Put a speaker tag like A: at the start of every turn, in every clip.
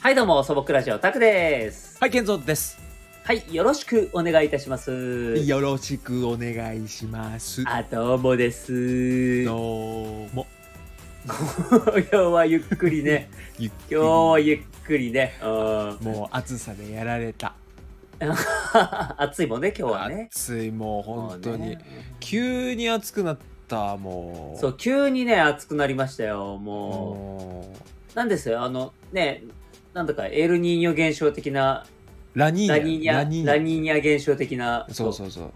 A: はいどうも素朴ラジオタクです
B: はい、健三です。
A: はいよろしくお願いいたします
B: よろしくお願いします。
A: あどうもです 今
B: どうも、
A: 日はゆっくり ね
B: ゆっくり
A: 今日はゆっくりねうん
B: もう暑さでやられた。
A: 暑いもんね今日はね
B: 暑い、もう本当に
A: もうね。
B: 急に暑くなった、もう。
A: そう急にね暑くなりましたよも
B: も
A: うなんですよあのねなんだかエルニーニョ現象的な
B: う。ラニーニャ
A: ラニーニャラニ
B: ラニ
A: ーニャ現象的な
B: ーそうそうそう。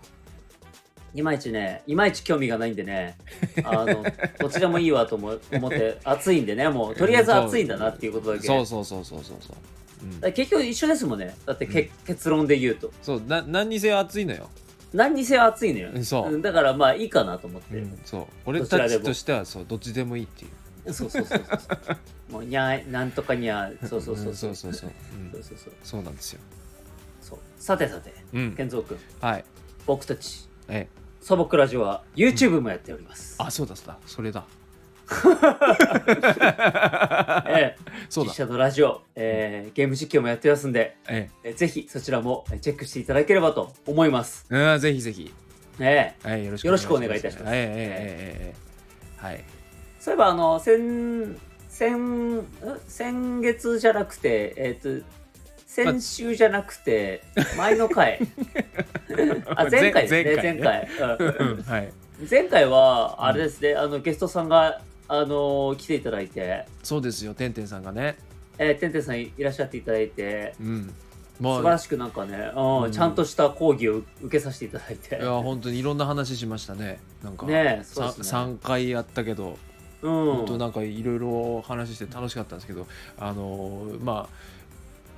A: いまいちね、いまいち興味がないんでね、あ の、どちらもいいわと思思って、暑いんでね、もう、とりあえず暑いんだなっていうことだけ。
B: そうそうそうそうそうそう。うん
A: だから結局一緒ですもんね。だってけ、結論で言うと。
B: そう、な、何にせよ暑いのよ。
A: 何にせよ暑いのよ。
B: うんそうん
A: だからまあいいかなと思って。
B: そう、俺
A: どちら
B: た
A: で
B: ち
A: も
B: としては、そう、どっちでもいいっていう。
A: そうそうそう そう。もう、にゃー、なんとかにゃー、そうそうそ
B: ん
A: う
B: そ
A: そうう。
B: そうそう。うん
A: そうそうそう
B: そうなんですよ。
A: そうさてさて、
B: うん。
A: 健三君、
B: はい。
A: 僕たち、
B: ええ。
A: 素朴ラジオは YouTube もやっております。
B: あ、そうだ、そうだ、それだ。
A: ええ、
B: そうだ
A: 実。写のラジオ、えーゲーム実況もやってますんで、
B: え
A: えーぜひそちらもえーチェックしていただければと思います。
B: え、うん、ぜひぜひ、
A: ええ
B: はい、よろしく
A: よろしくお願いいたします
B: はい、ええええええはい、
A: そういえばあの先先ん先月じゃなくてえっ、と先週じゃなくて前の 回あ前回ですね前
B: 前
A: 回
B: 回
A: うん
B: うんはい、
A: 前回はあれですね、あのゲストさんがあの来ていただいて、
B: そうですよ、てんてんさんがね、
A: えー、てんてんさんいらっしゃっていただいて
B: うん、
A: 素
B: もう、
A: 晴らしくなんかね、うん
B: うん
A: ちゃんとした講義を受けさせていただいて
B: いや、本当にいろんな話しましたね、なんか、
A: ねえそう
B: さ
A: ですね
B: 三回やったけど、
A: うん
B: 本当なんかいろいろ話して楽しかったんですけど、あのー、ま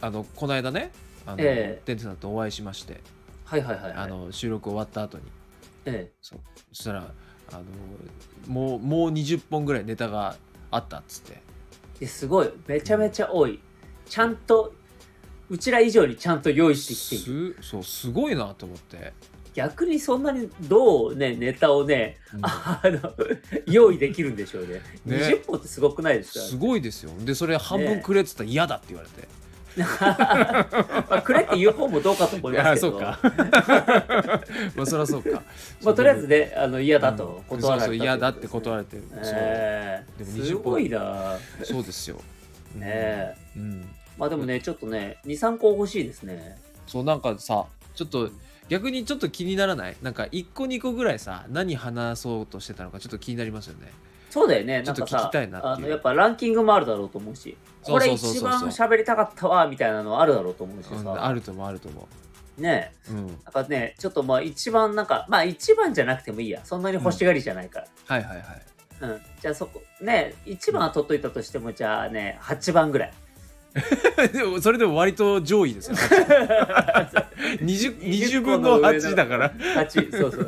B: あ、あの、この間ね、あの、
A: ええ
B: てんてんさんとお会いしまして、
A: はいはいはいはい
B: あの、収録終わった後に、
A: え
B: そう、そしたら、あのー、もう、もう二十本ぐらいネタがあったっつって。
A: えすごいめちゃめちゃ多いちゃんとうちら以上にちゃんと用意してきている
B: すそうすごいなと思って、
A: 逆にそんなにどうねネタをね、
B: うん
A: あの 用意できるんでしょうね
B: ね
A: 20本ってすごくないですか
B: すごいですよでそれ半分くれっつったら嫌だって言われて、
A: まあ、くれって言う方もどうかと思いますけ ど
B: まあそりゃそうか
A: まあ、とりあえずねあの嫌だと
B: うん
A: 断られた
B: そうそう嫌だって断られてる、
A: ええ
B: でも20本
A: すごいな
B: そうそうですよ、うん
A: ねえ
B: うん、
A: まあでもねちょっとね23個欲しいですね
B: そうなんかさちょっと逆にちょっと気にならないなんか1個2個ぐらいさ何話そうとしてたのかちょっと気になりますよね
A: そうだよね
B: ち
A: な
B: ょ
A: ん
B: っと
A: かさ
B: 聞きたいなってい
A: あ
B: う
A: のやっぱランキングもあるだろうと思うし
B: そ
A: こ
B: う
A: れ
B: そうそうそ
A: 一
B: うそう
A: 番喋りたかったわみたいなのあるだろうと思うしさ、
B: うんあるともあるとも、
A: ねえ
B: うん、
A: なんかねちょっとまあ一番なんかまあ一番じゃなくてもいいやそんなに欲しがりじゃないから、
B: はいはいはい
A: うんじゃあそこね一番は取っといたとしてもじゃあね8番ぐらい
B: でもそれでも割と上位で すよ 20, 20分の8だから
A: 8そう そ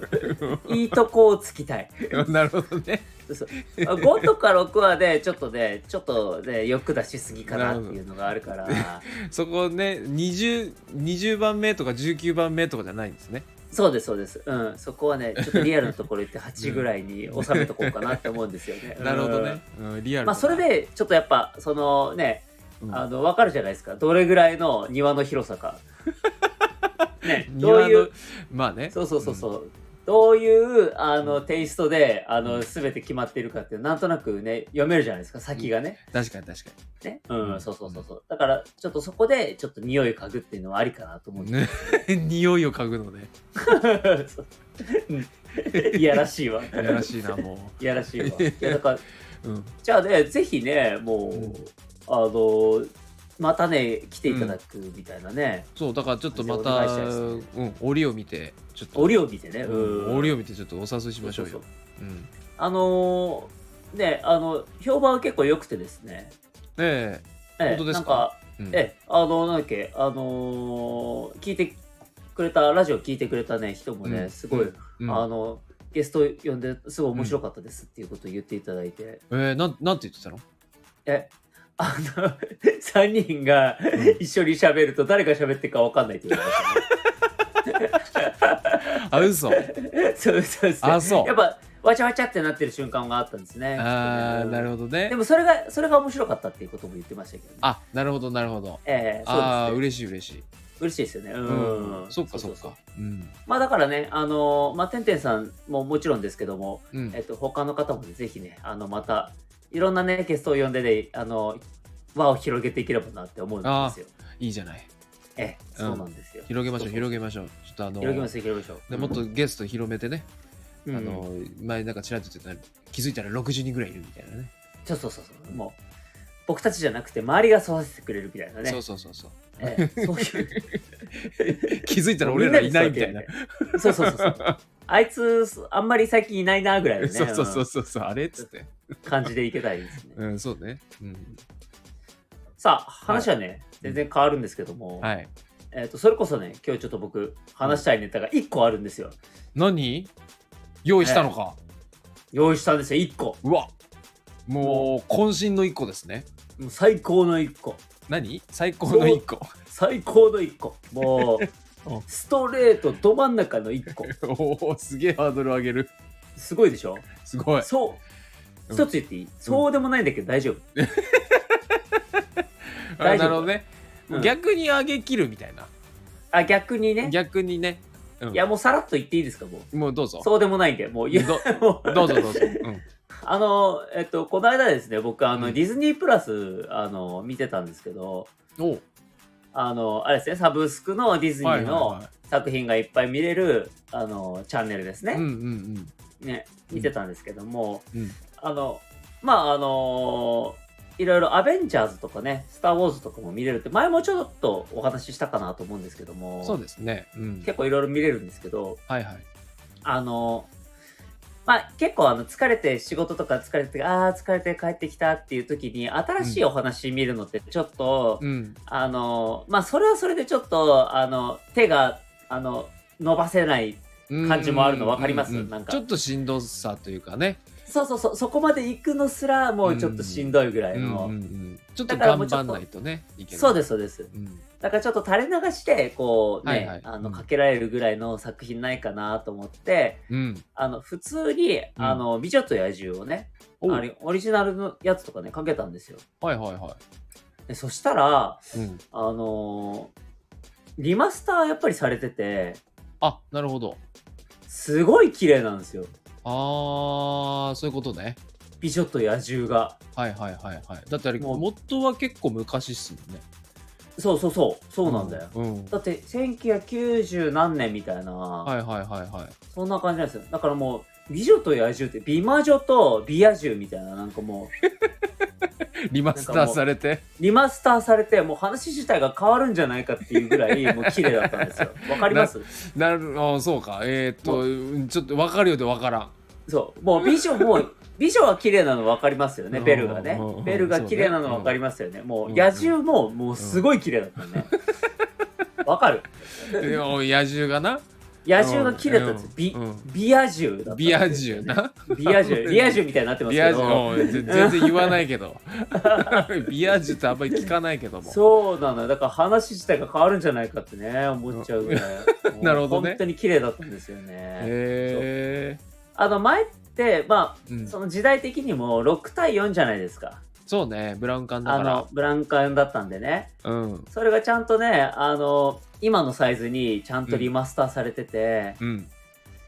A: ういいとこをつきたい
B: なるほどね
A: そうそう5とか6はねちょっとねちょっとね欲出しすぎかなっていうのがあるから
B: そこね 20, 20番目とか19番目とかじゃないんですね
A: そうですそうですうんそこは ねちょっとリアルなところ行って8ぐらいに収めとこうかなって思うんですよ ね
B: なるほどね、うんリア
A: う
B: ル
A: んまあそれ、でちょっとやっぱそのね
B: うん
A: あの分かるじゃないですかどれぐらいの庭の広さ か。ね、どう
B: 庭の
A: いう
B: まあね
A: そうそうそうそう、どういうあのテイストであの全て決まっているかってなんとなくね読めるじゃないですか先がね。
B: うん確かに確か
A: ねうん、
B: うん
A: そうそうそうそうだからちょっとそこでちょっと匂い嗅ぐっていうのはありかなと思うん
B: に
A: で
B: ね匂いを嗅ぐのね
A: す そううんいやらしいわ。
B: やらしいなも
A: いやら しいわ。いやだから
B: う、うん、
A: じゃあねぜひねもう、
B: うん
A: あのまたね来ていただくみたいなね、
B: そうだからちょっとま
A: お願
B: た
A: いしたいです
B: うん、折を見てちょっと
A: 折を見てね。
B: うん
A: ん
B: 折を見てちょっとお誘いしましょ
A: そうそう
B: うよ
A: そう
B: うん、ね
A: あのーねあの評判は結構良くてですね、
B: え
A: ええ
B: 本当で
A: なん
B: すか
A: か、
B: え、うん
A: ええあのなんだっけあのー聞いてくれたラジオ聞いてくれたね人もね、
B: うん
A: すごい、
B: うん
A: あのゲスト呼んですごい面白かったですっていうことを言っていただいて、
B: えーなんなんて言ってたの
A: えあの 3人が
B: ん
A: 一緒に喋ると誰が喋ってるか分かんないって言われましたね
B: あ嘘
A: そうそうそう
B: あそう
A: やっぱわちゃわちゃってなってる瞬間があったんですね。
B: ああ、なる
A: ほ
B: ほどね
A: で。もそれが、それが面白かったっていうことも言ってましたけどね。
B: あ、なるほど、なるほど。
A: ええ
B: ああ、
A: そうですね。
B: 嬉しい、嬉しい。
A: 嬉しいですよね。う
B: う
A: ん。。
B: んそっか、そっ
A: うう
B: か。うん。
A: う。まあだからね、あのー、まあ、てんてんさんももちろんですけども、
B: うん
A: えっと、他の方もねぜひね、あの、また、いろんなね、ゲストを呼んでね、あの、輪を広げていければなって思うんですよ。
B: いいじゃない。
A: ええ、そうなんですよ。
B: 広げましょう、広
A: げ
B: げましょう。ちょっとあの、
A: 広げましょう、広げましょう。
B: でもっとゲスト広めてね、
A: う
B: あ
A: ん、うん
B: の、前なんかちらっと言ってた気づいたら60人ぐらいいるみたいなね。
A: そうそうそうそう。もう僕たちじゃなくて周りが育ててくれるみたいなね。
B: そうそうそうそう。
A: ええそういう。
B: 気づいたら 俺らいないみたいな。。
A: そうそうそうそう。あいつあんまり最近いないなぐらいのね
B: そうそうそうそうそう、あれっつって。
A: うん感じでいけたらいいですね。
B: うん、そうね。うん。
A: さあ話はね、全然変わるんですけども、
B: はい。
A: えっとそれこそね今日ちょっと僕話したいネタが1個あるんですよ。
B: 何用意したのか。
A: 用意したんですよ1個。
B: うわもう渾身の一個ですね。
A: もう最高の1個。
B: 何最高の一個。
A: 最高の1個。も う
B: うん
A: ストレートど真ん中の1個。
B: おお、すげえハードル上げる。
A: すごいでしょ
B: すごい。
A: そう。
B: うん
A: 一つ言っていい、そうでもないんだけど大丈夫。
B: あ
A: 大丈夫
B: なるほどね。
A: うん
B: 逆に上げ切るみたいな。
A: あ、逆にね。
B: 逆にね。うん
A: いや、もうさらっと言っていいですか、もう。
B: もうどうぞ。
A: そうでもないんで、もう、いや
B: ど
A: もう
B: どうぞどうぞ。うん
A: あの、えっと、この間ですね、僕、あの、
B: うん
A: ディズニープラス、あの、見てたんですけど、
B: おう
A: あの、あれですね、サブスクのディズニー
B: はいはい
A: の
B: はい
A: 作品がいっぱい見れる、あの、チャンネルです
B: うん
A: ね。
B: うん
A: ね、見てたんですけども、
B: うんうん
A: あの、まあ、あのいろいろアベンジャーズとかね、スター・ウォーズとかも見れるって、前もちょっとお話ししたかなと思うんですけども、
B: そうですね。うん。
A: 結構いろいろ見れるんですけど、
B: はいはい。
A: あの、まあ、結構あの疲れて仕事とか疲れて、ああ、疲れて帰ってきたっていう時に、新しいお話見るのってちょっと、
B: うん。
A: あの、まあ、それはそれでちょっと、あの、手が、あの、伸ばせない。感じもあるの分かります
B: うんうんうん
A: なんか
B: ちょっとしんどさというかね。
A: そうそうそう、そこまで行くのすら、もうちょっとしんどいぐら
B: う
A: い
B: ん
A: の。
B: うんうんちょっ
A: だ
B: と
A: からも
B: 頑
A: うちょ
B: 張
A: っ
B: ん
A: と
B: ないとね、いけない。
A: そうです、そうです。
B: うん。
A: だからちょっと垂れ流して、こうね、
B: はいはい
A: あ
B: う
A: の、
B: ん
A: かけられるぐらいの作品ないかなと思って、
B: うん。
A: あの、普通に、あの、美女と野獣をね、
B: おう
A: あれ、オリジナルのやつとかね、かけたんですよ。
B: はいはいは
A: でそしたら、
B: い。うん。
A: あのーリマスターやっぱりされてて、
B: あ、なるほど。
A: すごい綺麗なんですよ。
B: あー、そういうことね。
A: 美女と野獣が。
B: はいはいはいはい。だってあれ、
A: もう
B: 元は結構昔っすもんね。
A: そうそうそう、そうなんだよ。
B: うん。
A: だって、1990何年みたいな、
B: はいはいはいはい。
A: そんな感じなんですよ。だからもう、美女と野獣って、美魔女と美野獣みたいな、なんかも
B: リマスターされて。
A: う、リマスターされて、もう話自体が変わるんじゃないかっていうぐら い、もう綺麗だったんですよ。わかります
B: なるあそうか。えー、っと、
A: も
B: うんちょっと分かるようで 分からん。
A: そう、もう美女、もう、美女は綺麗なの分かりますよね、
B: うん
A: ベルがね
B: うん。
A: ベルが綺麗なの分かりますよね。もう、野獣も、もうすごい綺麗だったね。分かる
B: でも野獣がな。
A: 野獣が綺麗だったんですよ。美
B: うん、
A: 美野獣だった。
B: ビア獣。な。
A: 美野獣、リア獣みたいになってます
B: ビ
A: け
B: ア獣
A: ど。
B: おうぜ全然言わないけど。 ビア獣ってあんまり聞かないけども。
A: そうなのよだから話自体が変わるんじゃないかってね、思っちゃうぐらい。もう
B: なるほどね
A: 本当に綺麗だったんですよね。
B: へえ
A: あの、前って、ま
B: ーうん
A: あ、その時代的にも6対4じゃないですか。
B: そうね、ブラウン管だ
A: あ
B: か
A: の、ブランカンだったんでね。
B: ら。うん。
A: それがちゃんとね、あの、今のサイズにちゃんとリマスターされてて、
B: うん。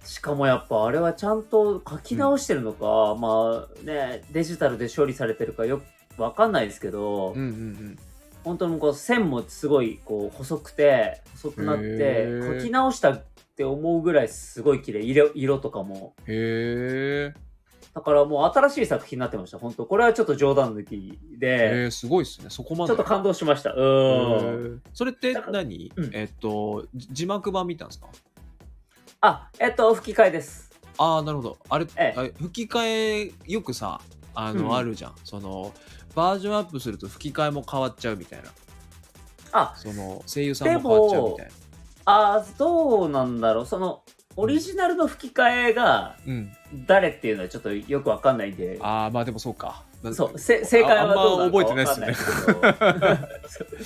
A: しかもやっぱあれはちゃんと書き直してるのか、まあね、デジタルで処理されてるかよくわかんないですけど、
B: うんうんうん。
A: 本当にこう線もすごいこう細くて、細くなっ
B: へ
A: て、
B: ー
A: 書き直したって思うぐらいすごい綺麗、色色とかも。
B: へえ。
A: だからもう新しい作品になってました、本当。これはちょっと冗談抜きで、
B: えー、すごいっすね。そこま
A: ち
B: で。
A: ょっと感動しました。う
B: へ
A: ん。
B: ーそれって何、
A: うん
B: えっと、じ字幕版見たんですか
A: あ、えっと、吹き替えです。
B: ああ、なるほど。あれ、
A: ええ
B: あれ吹き替え、よくさ、あの、
A: うん
B: あるじゃん。その、バージョンアップすると吹き替えも変わっちゃうみたいな。
A: あ、
B: その、声優さんも変わっちゃうみたいな。
A: あーどうなんだろうそのオリジナルの吹き替えが
B: うん。
A: 誰っていうのはちょっとよくわかんないんで
B: ああ、まあでもそうか。なん
A: そうせ正解はどうなのかわかんない
B: ああんま覚えてない
A: で
B: っ
A: すけど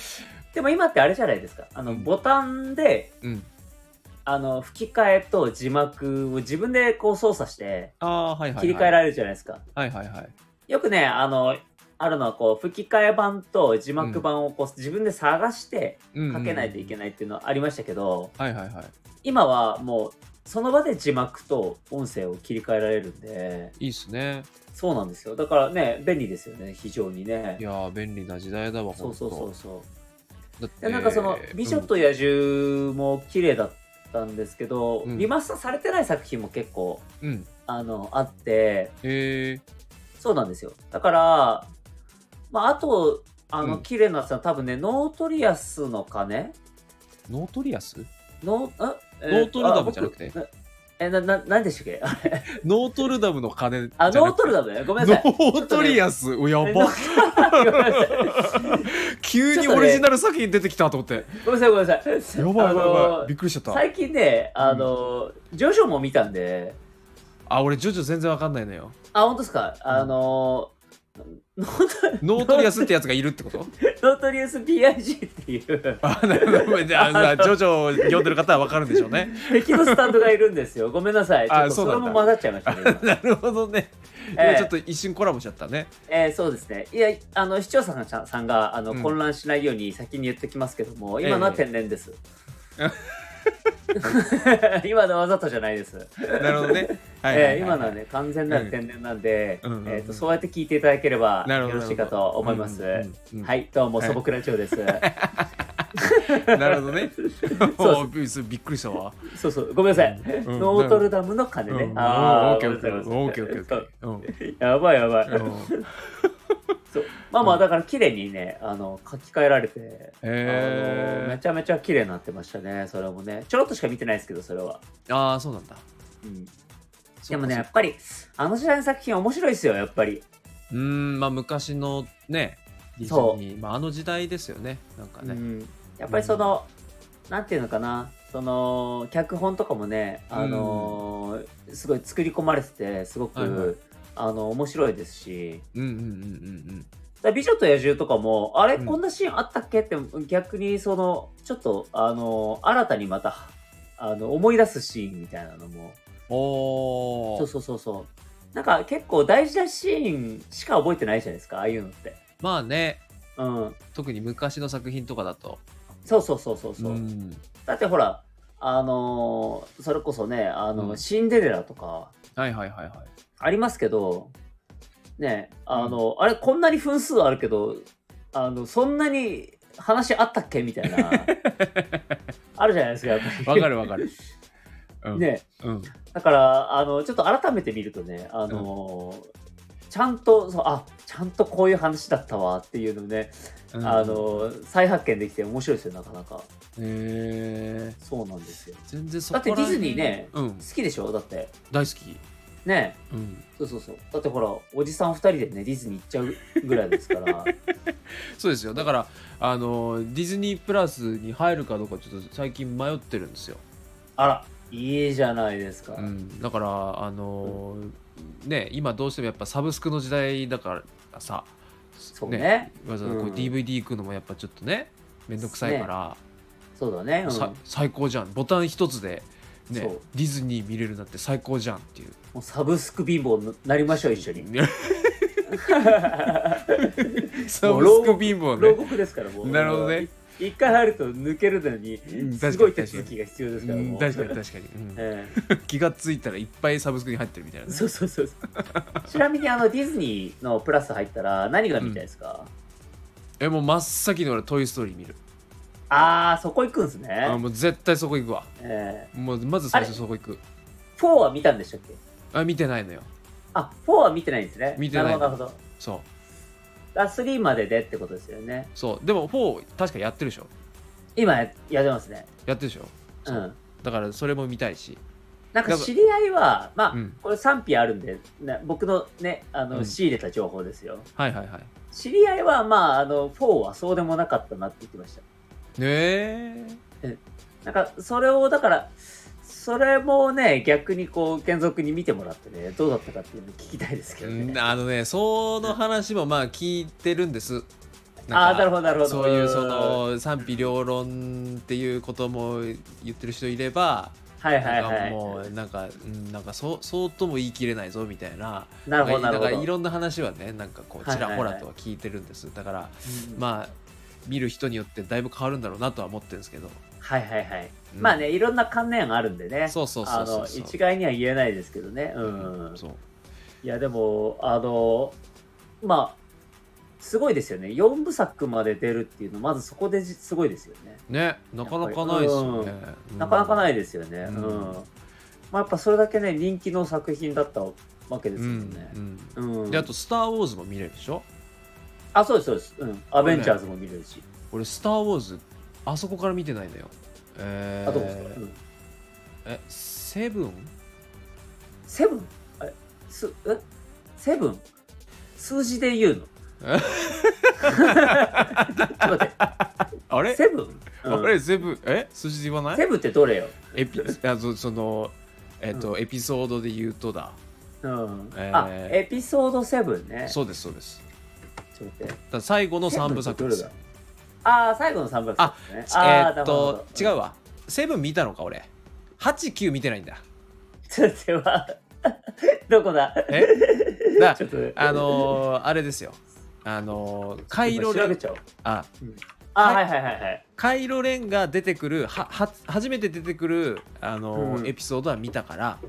A: でも今ってあれじゃないですかあの、
B: うん
A: ボタンで
B: うん。
A: あの吹き替えと字幕を自分でこう操作して
B: ああ、はいはい、はい。
A: 切り替えられるじゃないですか。
B: はいはいはい。
A: よくね、あの、あるのはこう吹き替え版と字幕版をこう、自分で探して
B: うんうん
A: かけないといけないっていうのはありましたけど、
B: はいはいは
A: 今はもうその場で字幕と音声を切り替えられるんで、
B: い。いいっすね。
A: そうなんですよ。だからね、便利ですよね、非常にね
B: い。やー、便利な時代だわ、
A: そうそうそうそう。
B: う。だって
A: でなんかその「美女と野獣」も綺麗だったんですけど、
B: うん
A: リマスターされてない作品も結構
B: うん。うん
A: あのあって
B: へえ。
A: そうなんですよだから、まあ、あとあの、
B: うん
A: 綺麗なやつは多分ねノートリアスの鐘
B: ノートリアス
A: ノーあえ
B: ノートルダムじゃなくて
A: あ僕えなな何でしたっけあれ
B: ノートルダムの鐘じゃ
A: あ
B: なくて
A: ノートルダムねごめんなさい
B: ノートリアスうや
A: え
B: ば
A: ノー ごめんなさい
B: 急にオリジナル作品出てきたと思って
A: ごめんなさいごめんなさい
B: やばいやばいやば
A: あ
B: い
A: の
B: びっくりしちゃった
A: 最近ねあの、ジョジョも見たんで
B: あ俺ジョジョ全然わかんないのよ
A: あ、本当ですか。あのー、ノー
B: ノートリアスってやつがいるってこと
A: トノートリウス BIG っていう
B: あなるほどじゃあじゃあジョジョを読んでる方はわかるんでしょうね
A: 敵のスタンドがいるんですよ。ごめんなさい。ちょっ
B: あ
A: と
B: そう
A: そ
B: な
A: れ
B: んだ
A: も混ざっちゃいましたね。 今
B: なるほどね、
A: ええ
B: 今ちょっと一瞬コラボしちゃったね
A: えーそうですね。いや、あの視聴者さんさんがあの、
B: うん
A: 混乱しないように先に言ってきますけども、
B: ええ
A: 今のは天然 です。今のはわざとじゃないです。
B: なるほどねはいはいはい
A: えー今のはね、完全なる天然なんで、
B: うんうんうん
A: えーと、そうやって聞いていただければ
B: なる
A: よ
B: ほど
A: ろしいかと思います。
B: うんうんうん
A: はい、どうも素朴ラジオです。
B: なるほどね
A: そ
B: おーびっくりしたわ
A: そうそう、ごめんなさい。
B: うん
A: ノートルダムの鐘
B: う
A: ね
B: ん。
A: ああ、
B: オーケーオーケー
A: ご
B: オ
A: め
B: ー
A: ん
B: ケーオーケーオ
A: な
B: ーケ
A: さい
B: ーうん
A: やばいやばい。
B: うん
A: そうまあま
B: う
A: あ、
B: ん
A: だから綺麗にね、あの、書き換えられて、
B: へ
A: あのめ
B: え
A: ちゃめちゃ綺麗になってましたね、それもね。ちょろっとしか見てないですけど、それは。
B: ああそうなんだ
A: うん
B: そ
A: で
B: う
A: も
B: か
A: ね、
B: そう
A: や
B: か
A: っぱり、あの時代の作品は面白いですよ、やっぱり。
B: うーんまあ昔のねディズ
A: そう
B: ニー、まあ、あの時代ですよねなんか
A: う
B: ね、
A: んやっぱりその、なんていうのかな、その、脚本とかもね、あのーすごい作り込まれてて、すごく、
B: はいはい
A: あの、面白いですし、
B: うん、うんうんうん
A: だから美女と野獣とかも、あれ、
B: うん
A: こんなシーンあったっけって、逆にその、ちょっと、あの、新たにまた、あの、思い出すシーンみたいなのも、
B: うんおお
A: そうそうそうそう。なんか結構大事なシーンしか覚えてないじゃないですか、ああいうのって。
B: まあね
A: うん。
B: 特に昔の作品とかだと
A: そうそうそうそうそう。
B: ん
A: だってほら、あのーそれこそね、あの、
B: うん
A: シンデレラとか、
B: はいはいはいはい
A: ありますけど、ね、あの、あれ、こんなに分数あるけど、あの、そんなに話あったっけみ たいな、あるじゃないですか、やっぱり。
B: わかるわかる、 うん、
A: ね、
B: うん
A: だから、あの、ちょっと改めて見るとね、あの、ちゃんとそう、あ、ちゃんとこういう話だったわっていうのね、
B: うん
A: あの、再発見できて面白いですよ、なかなか。
B: へえ
A: そうなんですよ。
B: 全然そこ
A: だ
B: ら
A: ってディズニーね、
B: 辺うん
A: 好きでしょだって。
B: 大好き
A: ね
B: うん
A: そうそうそう。だってほら、おじさん二人でね、ディズニー行っちゃうぐらいです から。
B: そうですよだからあのディズニープラスに入るかどうかちょっと最近迷ってるんですよ
A: あら、いいじゃないですか。
B: だからあのーね今どうしてもやっぱサブスクの時代だからさ
A: そうね
B: わざわざこう
A: うん
B: DVD 行くのもやっぱちょっとねめんどくさいから、
A: そうだね。うん、
B: さ
A: も
B: 最高じゃんボタン一つで、ね
A: そう、
B: ディズニー見れるなんて最高じゃんっていう
A: うサブスク貧乏になりましょう、一 緒に。
B: サブスク貧乏
A: 牢
B: ね
A: 獄ですから、もう。
B: なるほどね。
A: い一回入ると抜けるのに
B: うん、
A: すごい手続きが必要ですから、
B: うん
A: もう。
B: 確かに確かに、うん
A: え
B: 気がついたらいっぱいサブスクに入ってるみたいな
A: え
B: ね
A: そうそうそうそう。ちなみに、あの、ディズニーのプラス入ったら何が見たいですか、
B: えもう真っ先に俺「トイ・ストーリー」見る
A: あー、そこ行くんです
B: あ
A: ね。
B: もう絶対そこ行くわ
A: ええ
B: もうまず最初そこ行く
A: フォ4は見たんでしたっけ
B: あ見てないのよ
A: あ、4は見てないんですね。
B: 見てない
A: るほど、なるほど。
B: そう
A: あ、3まででってことですよね。
B: そうでも4確かやってるでしょ
A: 今ややってますね。
B: やってるでしょ
A: う。
B: そうんだからそれも見たいし
A: なんか知り合いは、まあ、
B: うん
A: これ賛否あるんで、な僕のね、あの、
B: うん
A: 仕入れた情報ですよ。
B: はいはいはいね
A: 知り合いは、まあ、あの、4はそうでもなかったなって言ってました。
B: え
A: なんか、それを、だから、それもね、逆にこう、健三君に見てもらってね、どうだったかっていうのを聞きたいですけどね。
B: あのねその話もまあ聞いてるんです
A: あ
B: な
A: あ
B: ん
A: ー、なる
B: か
A: ほど、なるほど。
B: そういうそ、の賛否両論っていうことも言ってる人いれば
A: はいは
B: ないん
A: は
B: か
A: い。
B: もうなんかうんなんかそうそうとも言い切れないぞみたいな
A: なるほど、な
B: な
A: んる
B: か
A: ほ
B: い
A: ど。
B: ろんな話はねなんかこう
A: はい
B: ち
A: はいは
B: ら
A: い
B: ほらとは聞いてるんです、だから
A: ま
B: まあ見る人によってだいぶ変わるんだろうなとは思ってるんですけど、
A: はいはいはい。
B: うん
A: まあね、いろんな観念があるんでね。
B: そうそうそ
A: あ
B: うそ
A: の
B: うそう
A: 一概には言えないですけどね。うん。
B: そう
A: いや、でも、あの、まあ、すごいですよね。4部作まで出るっていうの、まずそこでじすごいですよね。
B: ねなかなかないですよね、
A: なかなかないいですよね。う。
B: うんん
A: まあ、やっぱそれだけね、人気の作品だったわけで
B: ですす
A: よ
B: よ
A: ね
B: ね、う。ん
A: うん。
B: であと「スター・ウォーズ」も見れるでしょ
A: あ、そうです、そうです。うん。アベンジャーズも見れるし。
B: 俺「スター・ウォーズ」あそこから見てないのよえー、
A: あと、うん
B: えセブン
A: セブンあれすえセブン数字で言うの ちょっと待って
B: あれ、
A: セブン、う
B: あ
A: ん
B: れセブンえ数字で言わない
A: セブンってどれよ、
B: エピ あそそのえっ、と、エピソードで言うとだ
A: うん
B: えー
A: あエピソードセブンね
B: そうですそうです
A: ちょっと待って
B: だから最後の
A: セブン
B: 3部作です
A: ってどれだああ最後の3部作ですね
B: え
A: あ
B: ーっと違うわセブン見たのか俺89見てないんだ
A: ちょっと待ってわどこだ
B: えだ
A: ちょっと
B: あのー、あれですよあのー、カイ
A: 今
B: ロレ
A: 調べ
B: ン
A: ちゃおう
B: あ
A: あーは
B: はい
A: いはいはいはい
B: カイロレンが出てくるはは初めて出てくる、あのー
A: うん
B: エピソードは見たから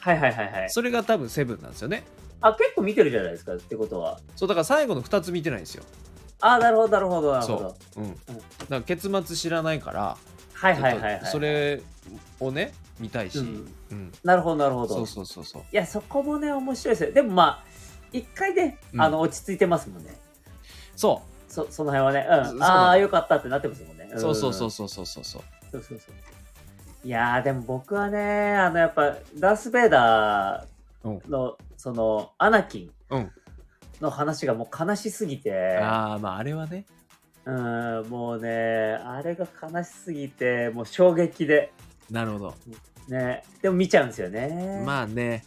A: はいはいはいはい
B: それが多分セブンなんですよね
A: あ結構見てるじゃないですかってことは
B: そうだから最後の2つ見てないんですよ
A: ああなるほどなるほどなるほど
B: そう、うん、だから結末知らないから
A: はい
B: ちょ
A: は
B: っ
A: いはいはい
B: とそれをね見たいし、
A: う
B: うんん
A: なるほどなるほど
B: そうそうそうそう
A: いやそこもね面白いですよでもまあ一回ね、
B: うん
A: あの落ち着いてますもんね
B: そ
A: そその辺はね、
B: そ
A: うん、あ
B: そうな
A: あ
B: の
A: よかったってなってますもんね、
B: うそうそうそううんそうそうそうそう
A: そうそうそういやーでも僕はねあのやっぱダース・ベイダーの、そのアナキン
B: うん
A: の話がもう悲しすぎて、
B: ああまああれはね
A: うん、もうねあれが悲しすぎてもう衝撃で
B: なるほど
A: ねでも見ちゃうんですよね
B: まあね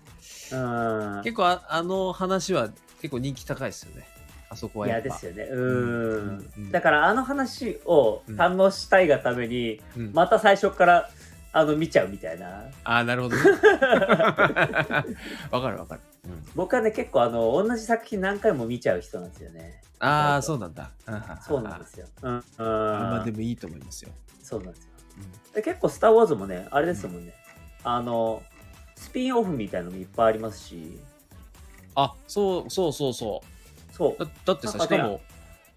A: あうん
B: 結構ああの話は結構人気高いですよねあそこはや
A: 嫌
B: っぱ
A: ですよねうん、
B: うん
A: だからあの話を堪能したいがために、
B: うん
A: また最初からあの見ちゃうみたいな
B: ああな るほどねわかるわかる、うん、
A: 僕はね結構あの同じ作品何回も見ちゃう人なんですよね
B: ああそうなんだあ
A: そうなんですようん、うん、
B: まあでもいいと思いますよ、
A: そうなんですよ
B: うん
A: で結構「スター・ウォーズ」もねあれですもんね、あのスピンオフみたいのもいっぱいありますし
B: あそうそうそうそう
A: そう
B: だだってさ
A: なん
B: し
A: かね
B: かも、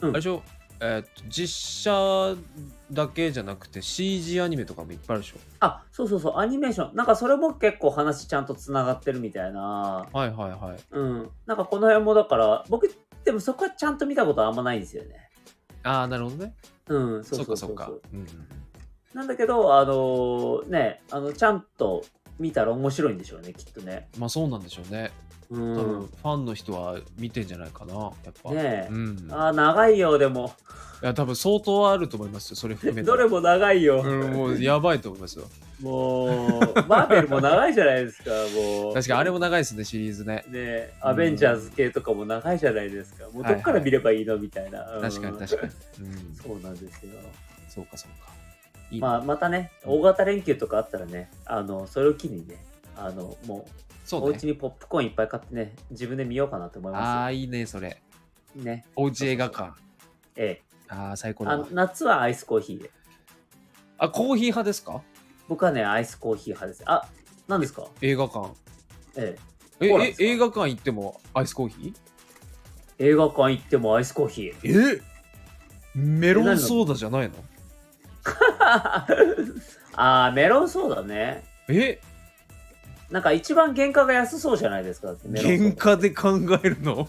A: うん
B: あれでしょ、えーっと実写だけじゃなくて CG アニメとかもいっぱいあるでしょ
A: あそうそうそうアニメーションなんかそれも結構話ちゃんとつながってるみたいな
B: はいはいはい
A: うん、なんかこの辺もだから僕でもそこはちゃんと見たことあんまないんですよね。
B: ああなるほどね
A: うん、そ
B: そう
A: そ
B: うか
A: うそ
B: そうう
A: そ
B: か
A: う
B: うんうん
A: なんだけどあのーねあのちゃんと見たら面白いんでしょうねきっとね。
B: まあそうなんでしょうね
A: う
B: 多分
A: ん、
B: ファンの人は見てんじゃないかなやっぱ、
A: ねえ
B: うん、い
A: あー長いよでも
B: や多分相当あると思いますよそれ含め て
A: どれも長いよ、
B: うん、もうやばいと思いますよ
A: もうマーベルも長いじゃないですかもう
B: 確かにあれも長いですねシリーズね
A: ねアベンジャーズ系とかも長いじゃないですかもうどっから見ればいいのみたいな、うん
B: 確かに確かに、うん、
A: そうなんですよ
B: そうかそうかいい、
A: まあ、またね、大型連休とかあったらね、あのそれを機にね、あのもう
B: そ
A: お
B: うね
A: 家にポップコーンいっぱい買ってね、自分で見ようかなと思い
B: あ
A: ま
B: あいいねそれ
A: すよ。ね、
B: おうち映画館
A: ええ、
B: ああ最高
A: あ
B: だ
A: の
B: わ
A: 夏はアイスコーヒーで。
B: あコーヒー派ですか
A: 僕はね、アイスコーヒー派です。あ、何ですか
B: 映画館
A: え
B: え
A: そうなんで
B: え
A: すか
B: 映画館行ってもアイスコーヒ
A: え、映画館行ってもアイスコーヒー。
B: ーえメロンソーダじゃないの
A: あーメロンソーダね。
B: え
A: なんか一番原価が安そうじゃないですか。だってメロンソ
B: 原
A: ーダ
B: 価で考え るの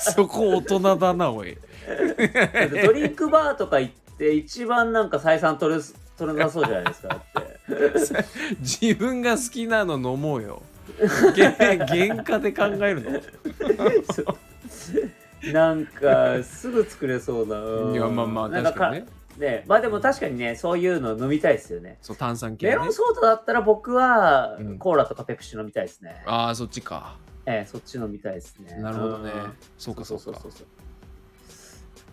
B: そこ大人だなおい
A: だってドリンクバーとか行って、一番なんか採算取れ取れなそうじゃないですか。だって。
B: 自分が好きなの飲もうよげ原価で考えるの
A: なんかすぐ作れそうな。うん
B: いやまあまあ
A: なん
B: 確かにね
A: ねまあでも確かにねそういうの飲みたいですよね。
B: そう炭酸系
A: メ
B: ね
A: ロンソーダだったら僕は
B: うん
A: コーラとかペプシ飲みたいですね。
B: ああそっちか
A: ええそっち飲みたいですね。
B: なるほどね
A: うん
B: そうかそうか
A: そうそうそう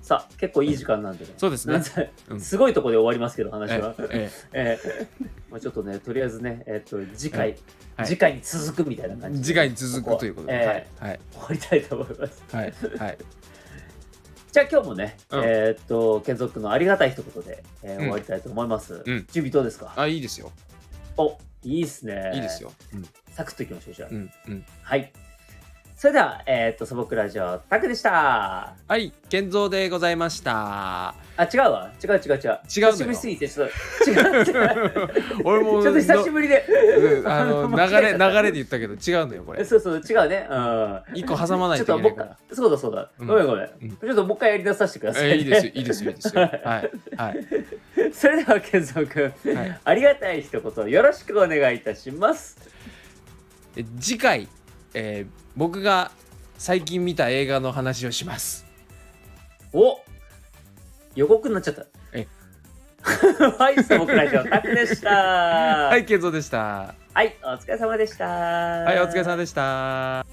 A: さあ、結構いい時間なんでね。
B: そうですね
A: なんせ
B: うん
A: すごいとこで終わりますけど、話
B: え
A: は。
B: え
A: ええまあちょっとね、とりあえずね、えっと、次回、
B: はい
A: 次回に続くみたいな感じで
B: 次回に続くということで、
A: ここはえ
B: はい
A: 終わりたいと思います。
B: はいはいはい
A: じゃあ今日もね、
B: うん
A: えっと、ケンゾー君のありがたい一言で、えー
B: ん
A: 終わりたいと思います。
B: うん
A: 準備どうですか
B: あいいですよ
A: お、いいっすね。
B: いいです。よ、うん
A: サクッといきましょう、じゃあ。
B: うんうん
A: はい。それでは、えっと、素朴ラジオ、タクでした。
B: はい健三でございました
A: あ、違うわ。違う違う違う。
B: 違うのよ
A: 久しぶりすぎて、ちょっと、違う。
B: 俺も
A: ちょっと久しぶりで。
B: うん あの流れ流れで言ったけど違うのよこれ
A: そうそう、違うね。うん。
B: 一個挟まない
A: ちょっ
B: と
A: ともう
B: いけない
A: 一
B: から
A: 回、そうだそうだ。
B: うん
A: ごめんごめん。
B: ん
A: ちょっともう一回やり出させてください、
B: え
A: ね。
B: いいですよいいですよいいですよはいはい
A: それでは、健三君、
B: はい
A: ありがたい一言、よろしくお願いいたします。
B: で次回、えー僕が最近見た映画の話をします
A: お予告になっちゃった。
B: え
A: はい、素朴ラジオ、タクでした。は、
B: はいい健三でした
A: お疲れ様でした。は
B: はいお疲れ様でした